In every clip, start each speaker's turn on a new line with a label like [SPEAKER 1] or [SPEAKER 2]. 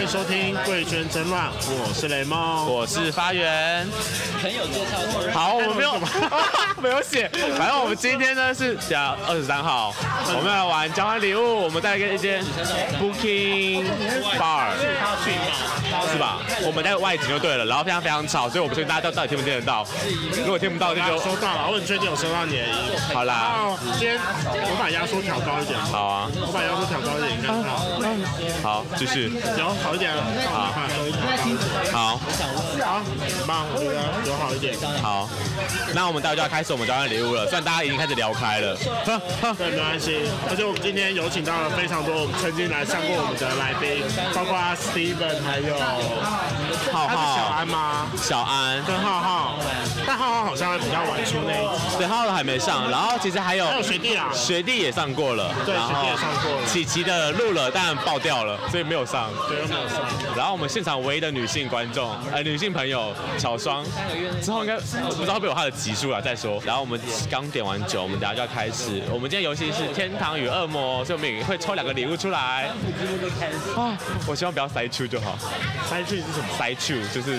[SPEAKER 1] 迎收听《贵圈争乱》，我是雷梦。
[SPEAKER 2] 我是发源。
[SPEAKER 3] 朋友介绍的，
[SPEAKER 2] 好，我们没有 没有写，反正我们今天呢是讲二十三号，我们要玩交换礼物，我们带给一间 Booking Bar，是吧？我们在外景就对了，然后非常非常吵，所以我不确定大家到到底听不听得到。如果听不到，那
[SPEAKER 1] 啊
[SPEAKER 2] 就
[SPEAKER 1] 收到了，我很确定有收到你的音。
[SPEAKER 2] 好啦。
[SPEAKER 1] 哦，今天我把压缩调高一点，
[SPEAKER 2] 好啊，
[SPEAKER 1] 我把压缩调高一点，你看好，
[SPEAKER 2] 好，继续，
[SPEAKER 1] 有好一点了，好，把收音调高一点，
[SPEAKER 2] 好，
[SPEAKER 1] 好，很棒，我觉得有好一点。
[SPEAKER 2] 好。那我们待会就要开始我们交换礼物了，虽然大家已经开始聊开了。
[SPEAKER 1] 对，没关系。而且我们今天有请到了非常多我们曾经来上过我们的来宾，包括 Steven，还有
[SPEAKER 2] 浩
[SPEAKER 1] 他是小
[SPEAKER 2] 浩、
[SPEAKER 1] 安吗？
[SPEAKER 2] 小安，
[SPEAKER 1] 跟浩浩，但浩浩好像会比较晚出那一集。
[SPEAKER 2] 对，浩浩还没上，然后其实还有
[SPEAKER 1] 还有学弟啊，
[SPEAKER 2] 学弟也上过了，
[SPEAKER 1] 对
[SPEAKER 2] 然后
[SPEAKER 1] 学弟也上过了
[SPEAKER 2] 琪琪的录了，但爆掉了，所以没有上。
[SPEAKER 1] 对，都没有上。
[SPEAKER 2] 然后我们现场唯一的女性观众，呃，女性朋友巧双，之后应该不知道会不会有她的集数了，啊再说。然后我们刚点完酒，我们等下就要开始。我们今天游戏是《天堂与恶魔》，所以我们也会抽两个礼物出来。啊，我希望不要塞出就好。
[SPEAKER 1] 三句是什么？
[SPEAKER 2] 塞出就是，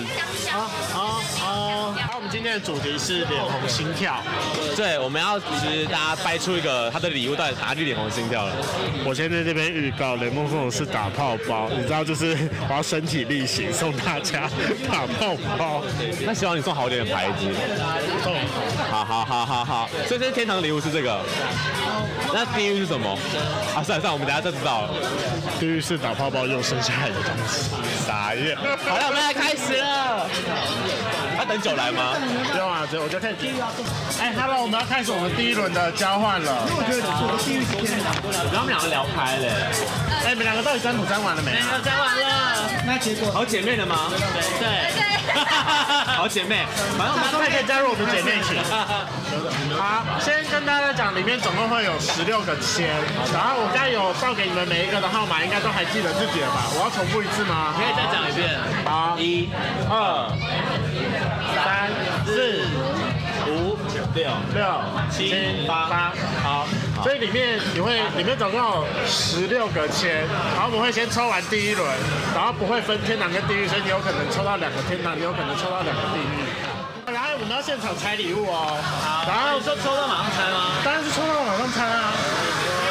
[SPEAKER 1] 啊啊啊！好，我们今天的主题是脸红心跳。
[SPEAKER 2] 对，我们要就是大家掰出一个他的礼物到底哪里脸红心跳了。
[SPEAKER 1] 我先在这边预告，雷梦凤是打泡包，你知道，就是我要身体力行送大家打泡包。
[SPEAKER 2] 那希望你送好一点的牌子。好好好好好，所以这天堂礼物是这个，那地狱是什么？啊，算了算了，我们等一下就知道了。
[SPEAKER 1] 地狱是打泡包又生下来的东西。
[SPEAKER 2] 傻眼。好了，我们来开始了。要等酒来吗？
[SPEAKER 1] 不用啊，这我就开始。哎，Hello，我们要开始我们第一轮的交换了。
[SPEAKER 2] 然后我们两个聊开嘞，
[SPEAKER 1] 哎，你们两个到底占卜占完了没啊？
[SPEAKER 3] 讲完了，
[SPEAKER 2] 好姐妹的吗？
[SPEAKER 3] 对，
[SPEAKER 2] 好姐妹，反正我们
[SPEAKER 1] 都还可以加入我们姐妹群。
[SPEAKER 2] 都
[SPEAKER 1] 好，先跟大家讲，里面总共会有十六个签，然后我刚才有报给你们每一个的号码，应该都还记得自己了吧？我要重复一次吗？
[SPEAKER 2] 可以再讲一遍。
[SPEAKER 1] 好，
[SPEAKER 2] 一、
[SPEAKER 1] 二、三、四、
[SPEAKER 2] 五、六、
[SPEAKER 1] 六、
[SPEAKER 2] 七、八
[SPEAKER 1] 八。。
[SPEAKER 2] 好，
[SPEAKER 1] 所以里面你会，里面总共有十六个签，然后我们会先抽完第一轮，然后不会分天堂跟地狱，所以你有可能抽到两个天堂，你有可能抽到两个地狱。然后我们要现场拆礼物哦，然后
[SPEAKER 3] 说抽到马上猜吗？
[SPEAKER 1] 当然是抽到马上拆啊。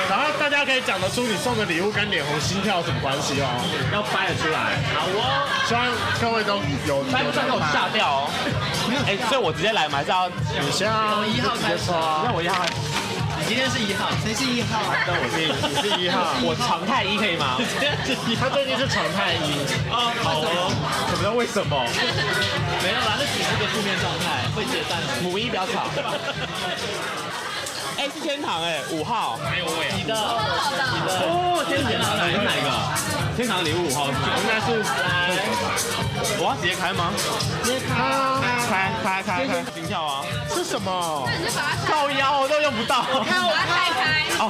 [SPEAKER 1] 然后大家可以讲得出你送的礼物跟脸红心跳有什么关系哦。
[SPEAKER 3] 要掰得出来，好哦，
[SPEAKER 1] 希望各位都有
[SPEAKER 2] 三不三给我吓掉哦。哎，所以我直接来吗？还是要？
[SPEAKER 1] 你先啊，
[SPEAKER 3] 从一号开始啊
[SPEAKER 2] 那我要，
[SPEAKER 3] 你今天是一号，谁是一号？
[SPEAKER 2] 那我是
[SPEAKER 1] 你是一号，
[SPEAKER 2] 我常态一可以吗？
[SPEAKER 1] 他最近是常态一，
[SPEAKER 2] 啊，好哦。怎么知道为 什么？
[SPEAKER 3] 没有啦，那只是个负面状态，会解散的。
[SPEAKER 2] 母一不要吵。哎，是天堂哎，五号。
[SPEAKER 3] 你的，哦，天堂哪个哪一个？
[SPEAKER 2] 哦天堂礼物五号是吗？
[SPEAKER 1] 应该是
[SPEAKER 2] 我要直接开吗？
[SPEAKER 1] 啊，
[SPEAKER 2] 开开开开！心跳啊！
[SPEAKER 1] 是什么？
[SPEAKER 4] 你就把它
[SPEAKER 2] 靠腰我都用不到。
[SPEAKER 4] 拆，把它拆开。
[SPEAKER 2] 哦，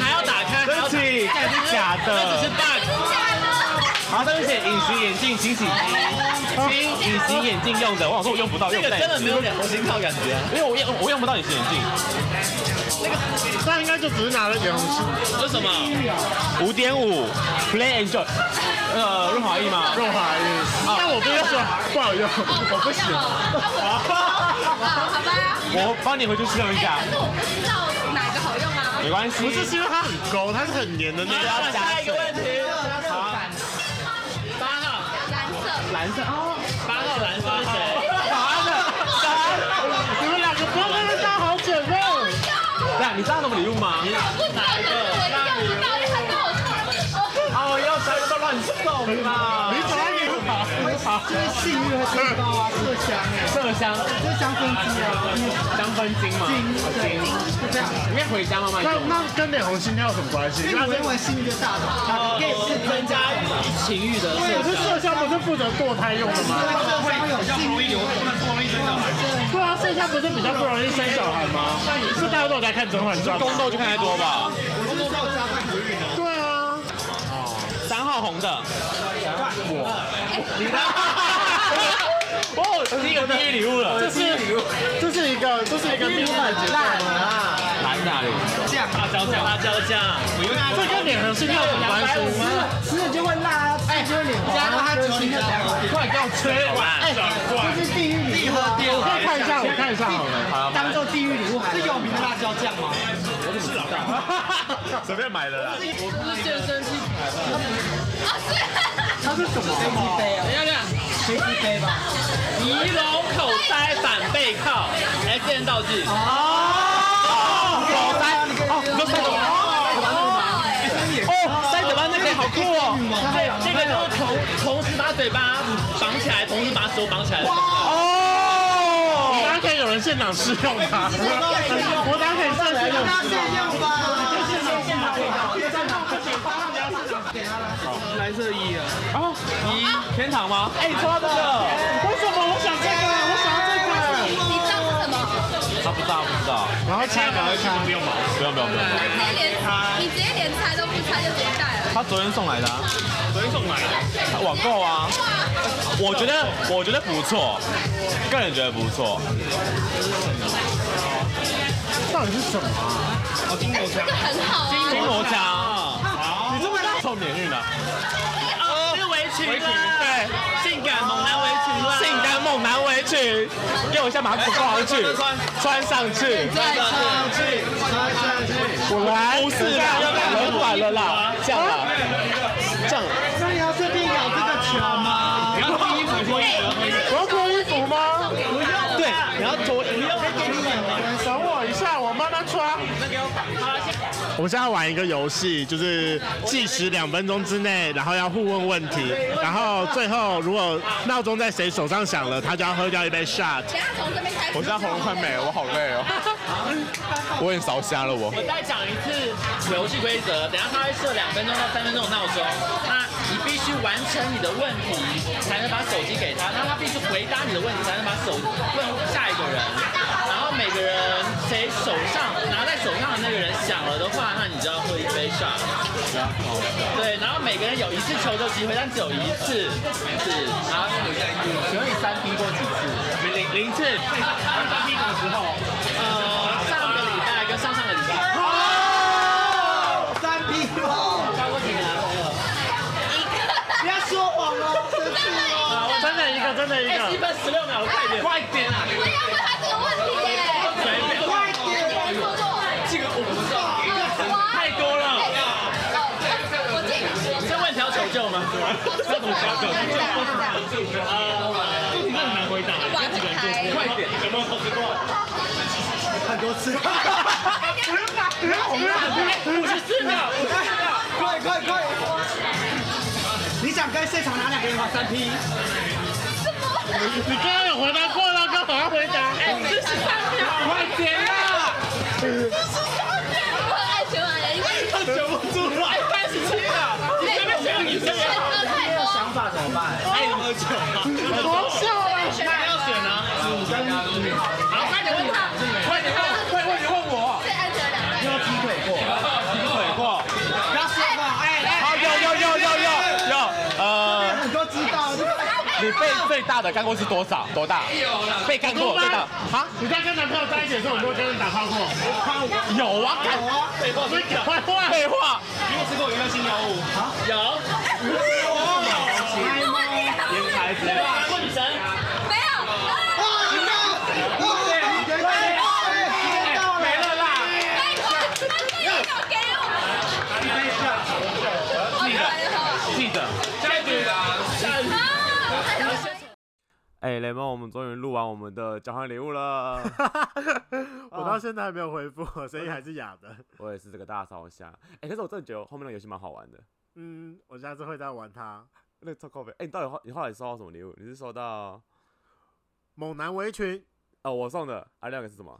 [SPEAKER 3] 还要打开，
[SPEAKER 2] 对不起，这是假的。好，对不起，隐形眼镜，请洗新隐形眼镜用的，我想说我用不到，
[SPEAKER 3] 哦这
[SPEAKER 2] 用
[SPEAKER 3] 个
[SPEAKER 2] 不到，
[SPEAKER 3] 真的没有脸红心跳感觉，
[SPEAKER 2] 因为我用我用不到隐形眼镜，
[SPEAKER 1] 那应该就只是拿了点红心，
[SPEAKER 3] 为什么？
[SPEAKER 2] 五点五，Play and Joy，呃，润滑液 吗？
[SPEAKER 1] 润滑液。但我必须说不好用，哦我不喜
[SPEAKER 4] 啊，
[SPEAKER 1] 欢。
[SPEAKER 4] 好吧。
[SPEAKER 2] 我帮你回去试用一下
[SPEAKER 4] 可，是我不知道哪个好用啊。
[SPEAKER 2] 没关系。
[SPEAKER 1] 不是，是因为它很勾，它是很黏的那
[SPEAKER 2] 不
[SPEAKER 1] 个。
[SPEAKER 2] 要加水。好，
[SPEAKER 3] 八号，
[SPEAKER 4] 蓝色。
[SPEAKER 2] 蓝色哦，
[SPEAKER 3] 八号蓝色是谁？
[SPEAKER 2] 妈的，
[SPEAKER 1] 你们两个不要在那当好姐妹。
[SPEAKER 2] 三。那你知道什么礼物吗？
[SPEAKER 4] 不知道这个我用不到，因为它跟我
[SPEAKER 2] 哦，要塞就乱送啦。
[SPEAKER 1] 你怎么也好？
[SPEAKER 5] 幸运还真高啊，麝香哎，
[SPEAKER 2] 麝香
[SPEAKER 5] 这香氛机啊，
[SPEAKER 2] 香氛精嘛，
[SPEAKER 5] 金就这样。
[SPEAKER 2] 你可以回家慢慢
[SPEAKER 1] 那
[SPEAKER 2] 用。
[SPEAKER 1] 那跟脸红心跳有什么关系？
[SPEAKER 5] 所以
[SPEAKER 1] 那是
[SPEAKER 5] 我认为幸运就大的，也是增加
[SPEAKER 3] 情欲的
[SPEAKER 1] 对，这麝香不是负责堕胎用的吗？
[SPEAKER 5] 有幸运，
[SPEAKER 1] 对啊，麝香不是比较不容易生小孩吗？是大家都有在看《甄嬛传》
[SPEAKER 2] 宫
[SPEAKER 1] 吗？
[SPEAKER 2] 斗就看太多吧。
[SPEAKER 1] 对啊。
[SPEAKER 2] 三号红的，
[SPEAKER 1] 你
[SPEAKER 2] 哦，第一个第一礼物了，
[SPEAKER 1] 这是这是一个这是一个命运的节奏吗？
[SPEAKER 2] 蓝的啊，
[SPEAKER 5] 这样
[SPEAKER 6] 椒酱，辣椒酱，
[SPEAKER 1] 这跟脸的是没有关系。
[SPEAKER 5] 吃了就会辣啊，吃了就会脸红啊，加到他酒里快给我吃完，哎，这是地狱礼物啊，
[SPEAKER 1] 我可以看一下，我看一下好了。
[SPEAKER 5] 当做地狱礼物，是有名的辣椒酱吗？
[SPEAKER 2] 随便买的啦。
[SPEAKER 4] 啊是，
[SPEAKER 5] 它是什么？飞机杯啊，
[SPEAKER 6] 等一下，等一下，
[SPEAKER 5] 飞机杯吧。
[SPEAKER 6] 仪容口塞反背靠，S N 道具，
[SPEAKER 5] 哦，口塞，哦，你说塞什
[SPEAKER 6] 哦，塞嘴巴那个好酷哦，对，这个就是同同时把嘴巴绑起来，同时把手绑起来的，
[SPEAKER 1] 大家可以有人现场试用它。我当然可以试试用。
[SPEAKER 5] 那这样吧，就是现场
[SPEAKER 6] 蓝色一啊，一天堂吗？哎，说到这个，
[SPEAKER 4] 你知道是什么？
[SPEAKER 2] 他不知道，不知道。哎
[SPEAKER 1] 然后拆，然后拆。
[SPEAKER 2] 不用不用不用。
[SPEAKER 4] 你直接连你直接连猜都不猜就直接带了。
[SPEAKER 2] 他昨天送来的、啊，
[SPEAKER 6] 昨天送来的，
[SPEAKER 2] 他网购啊。我觉得我觉得不错，个人觉得不错。
[SPEAKER 1] 到底是什么？
[SPEAKER 4] 哎，这个很好啊。
[SPEAKER 2] 金锣枪，啊你这么大臭免运的、
[SPEAKER 6] 哦，是围裙啦，
[SPEAKER 2] 对，
[SPEAKER 6] 性感猛男围裙啦，
[SPEAKER 2] 性感猛男围裙，给我一下把它挂上去，穿上去。
[SPEAKER 5] 上去，穿上去。
[SPEAKER 2] 我来，不是啦，啊很反了啦，这样啊啦，这样。
[SPEAKER 5] 那你要顺便咬这个球吗？
[SPEAKER 6] 然后衣服脱衣服，
[SPEAKER 1] 我要脱衣服吗？
[SPEAKER 2] 对，然后脱衣
[SPEAKER 1] 等我一下，我慢慢穿。我们现在玩一个游戏，就是计时两分钟之内，然后要互问问题，然后最后如果闹钟在谁手上响了，他就要喝掉一杯 shot。
[SPEAKER 4] 等一下从这边开始。
[SPEAKER 7] 我现在喉咙快没了，我好累哦，我眼烧瞎了我。
[SPEAKER 6] 我再讲一次游戏规则，等一下他会设两分钟到三分钟的闹钟，那你必须完成你的问题才能把手机给他，那他必须回答你的问题才能把手问下一个人，然后每个人谁手上拿在手上的那个人响了的话，那你就要喝一杯 shot。对，然后每个人有一次求救机会，但只有一次，是，然后请问你三 P 过几次？零零次。三 P 什么时候？呃，上个礼拜跟上上个礼拜。
[SPEAKER 5] 三批哦，不要说谎哦，生气哦。
[SPEAKER 1] 真的一个，真的一
[SPEAKER 6] 哎，一
[SPEAKER 1] 个。
[SPEAKER 6] 分十六秒，快点，快点啊！
[SPEAKER 4] 我也要问他这个问题耶。
[SPEAKER 5] 快点！
[SPEAKER 4] 你说错。这个我不知道。
[SPEAKER 6] 太多了
[SPEAKER 4] 哎。哦我进。
[SPEAKER 6] 这问题要求救吗？
[SPEAKER 4] 这么小的，这样这样。这题很难回答，玩不开。
[SPEAKER 6] 快点，有没有投资过？
[SPEAKER 5] 很多次。
[SPEAKER 6] 五十四秒，
[SPEAKER 5] 快快快！你想跟现场哪两个人玩三 P？
[SPEAKER 1] 你刚刚有回答过了，干嘛要回答？
[SPEAKER 6] 四十三秒，快点啊！
[SPEAKER 4] 我很爱学玩的，因为
[SPEAKER 6] 哎，三十七秒，你随便选个女生也好。
[SPEAKER 4] 真的太多。
[SPEAKER 5] 法怎么办？
[SPEAKER 6] 哎，你喝酒吗？
[SPEAKER 1] 多笑啊！
[SPEAKER 6] 那要选啊！
[SPEAKER 4] 好，快点问他，
[SPEAKER 6] 快点问，快问，你问我。
[SPEAKER 4] 最安全的两个。
[SPEAKER 5] 不要说谎！哎
[SPEAKER 2] 好，
[SPEAKER 5] 哎，
[SPEAKER 2] 有有有有有有，呃，
[SPEAKER 5] 很多知道。
[SPEAKER 2] 你被最大的干过是多少？多大？被干过最大？哈？
[SPEAKER 1] 你在跟男朋友在一起的时候，有没有跟人打炮过？
[SPEAKER 2] 有啊， 干
[SPEAKER 1] 所以赶快换。
[SPEAKER 2] 废话。
[SPEAKER 6] 有。
[SPEAKER 4] 这个问题好难
[SPEAKER 6] 问女生，
[SPEAKER 4] 没有。
[SPEAKER 6] 没了啦。
[SPEAKER 4] 哎，他没有给我。你
[SPEAKER 2] 记
[SPEAKER 4] 的。
[SPEAKER 2] 得。
[SPEAKER 6] 下一局啦。下一局。
[SPEAKER 4] 啊，太想学。
[SPEAKER 2] 哎，雷蒙，我们终于录完我们的交换礼物 了。
[SPEAKER 1] 我
[SPEAKER 2] 哦
[SPEAKER 1] 到现在还没有回复， 我声音还是哑的。
[SPEAKER 2] 我也是这个大烧香。哎，可是我真的觉得后面那个游戏蛮好玩的。
[SPEAKER 1] 嗯，我下次会再玩它。
[SPEAKER 2] 那个超靠背。哎，你到底后你后来收到什么礼物？你是收到
[SPEAKER 1] 猛男围裙，
[SPEAKER 2] 呃我送的，啊，另外一个是什么？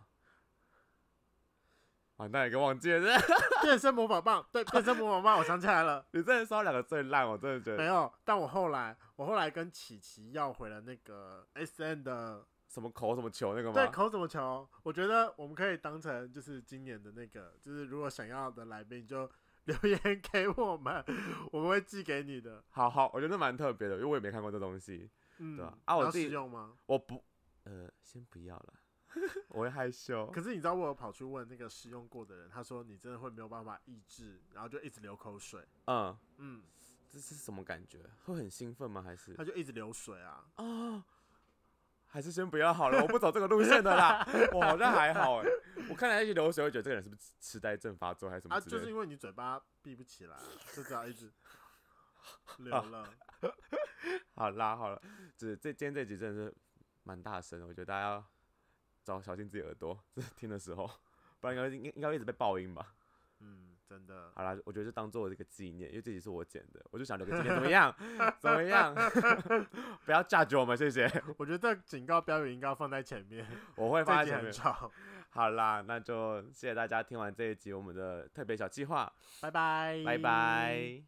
[SPEAKER 2] 完蛋，给忘记了。
[SPEAKER 1] 变身魔法棒，对，变身魔法棒，我想起来了。
[SPEAKER 2] 你真的收到两个最烂，我真的觉
[SPEAKER 1] 没
[SPEAKER 2] 得
[SPEAKER 1] 有，但我后来，我后来跟琪琪要回了那个 S N 的
[SPEAKER 2] 什么口什么球那个
[SPEAKER 1] 对
[SPEAKER 2] 吗？
[SPEAKER 1] 口怎么球，我觉得我们可以当成就是今年的那个，就是如果想要的来宾就 留言给我们，我们会寄给你的。
[SPEAKER 2] 好好，我觉得蛮特别的，因为我也没看过这东西。
[SPEAKER 1] 嗯，
[SPEAKER 2] 对啊啊我
[SPEAKER 1] 要
[SPEAKER 2] 自己
[SPEAKER 1] 使用吗？
[SPEAKER 2] 我不，呃，先不要了。 我会害羞。
[SPEAKER 8] 可是你知道，我有跑去问那个使用过的人，他说你真的会没有办法抑制，然后就一直流口水，
[SPEAKER 2] 嗯，
[SPEAKER 8] 嗯，
[SPEAKER 2] 这是什么感觉？会很兴奋吗？还是
[SPEAKER 8] 他就一直流水啊。
[SPEAKER 2] 还是先不要好了，我不走这个路线的 啦。我好像还好哎、我看来一些流水，会觉得这个人是不是痴呆症发作还是什么
[SPEAKER 8] 啊，
[SPEAKER 2] 之类
[SPEAKER 8] 就
[SPEAKER 2] 的
[SPEAKER 8] 是因为你嘴巴闭不起来，啊就只要一 直流了。
[SPEAKER 2] 好啦好了，这这今天这集真的是蛮大声的，我觉得大家要找小心自己耳朵，这听的时候，不然应该应该应该会一直被爆音吧。
[SPEAKER 8] 嗯，真的。
[SPEAKER 2] 好啦，我觉得就当做一个纪念，因为这集是我剪的，我就想留个纪念，怎么样？ 怎么样？不要 judge 我们，谢谢。
[SPEAKER 8] 我觉得警告标语应该要放在前面，
[SPEAKER 2] 我会
[SPEAKER 8] 这
[SPEAKER 2] 发
[SPEAKER 8] 一集
[SPEAKER 2] 现
[SPEAKER 8] 很。吵。
[SPEAKER 2] 好啦，那就谢谢大家听完这一集我们的特别小计划，
[SPEAKER 8] 拜拜，
[SPEAKER 2] 拜。拜。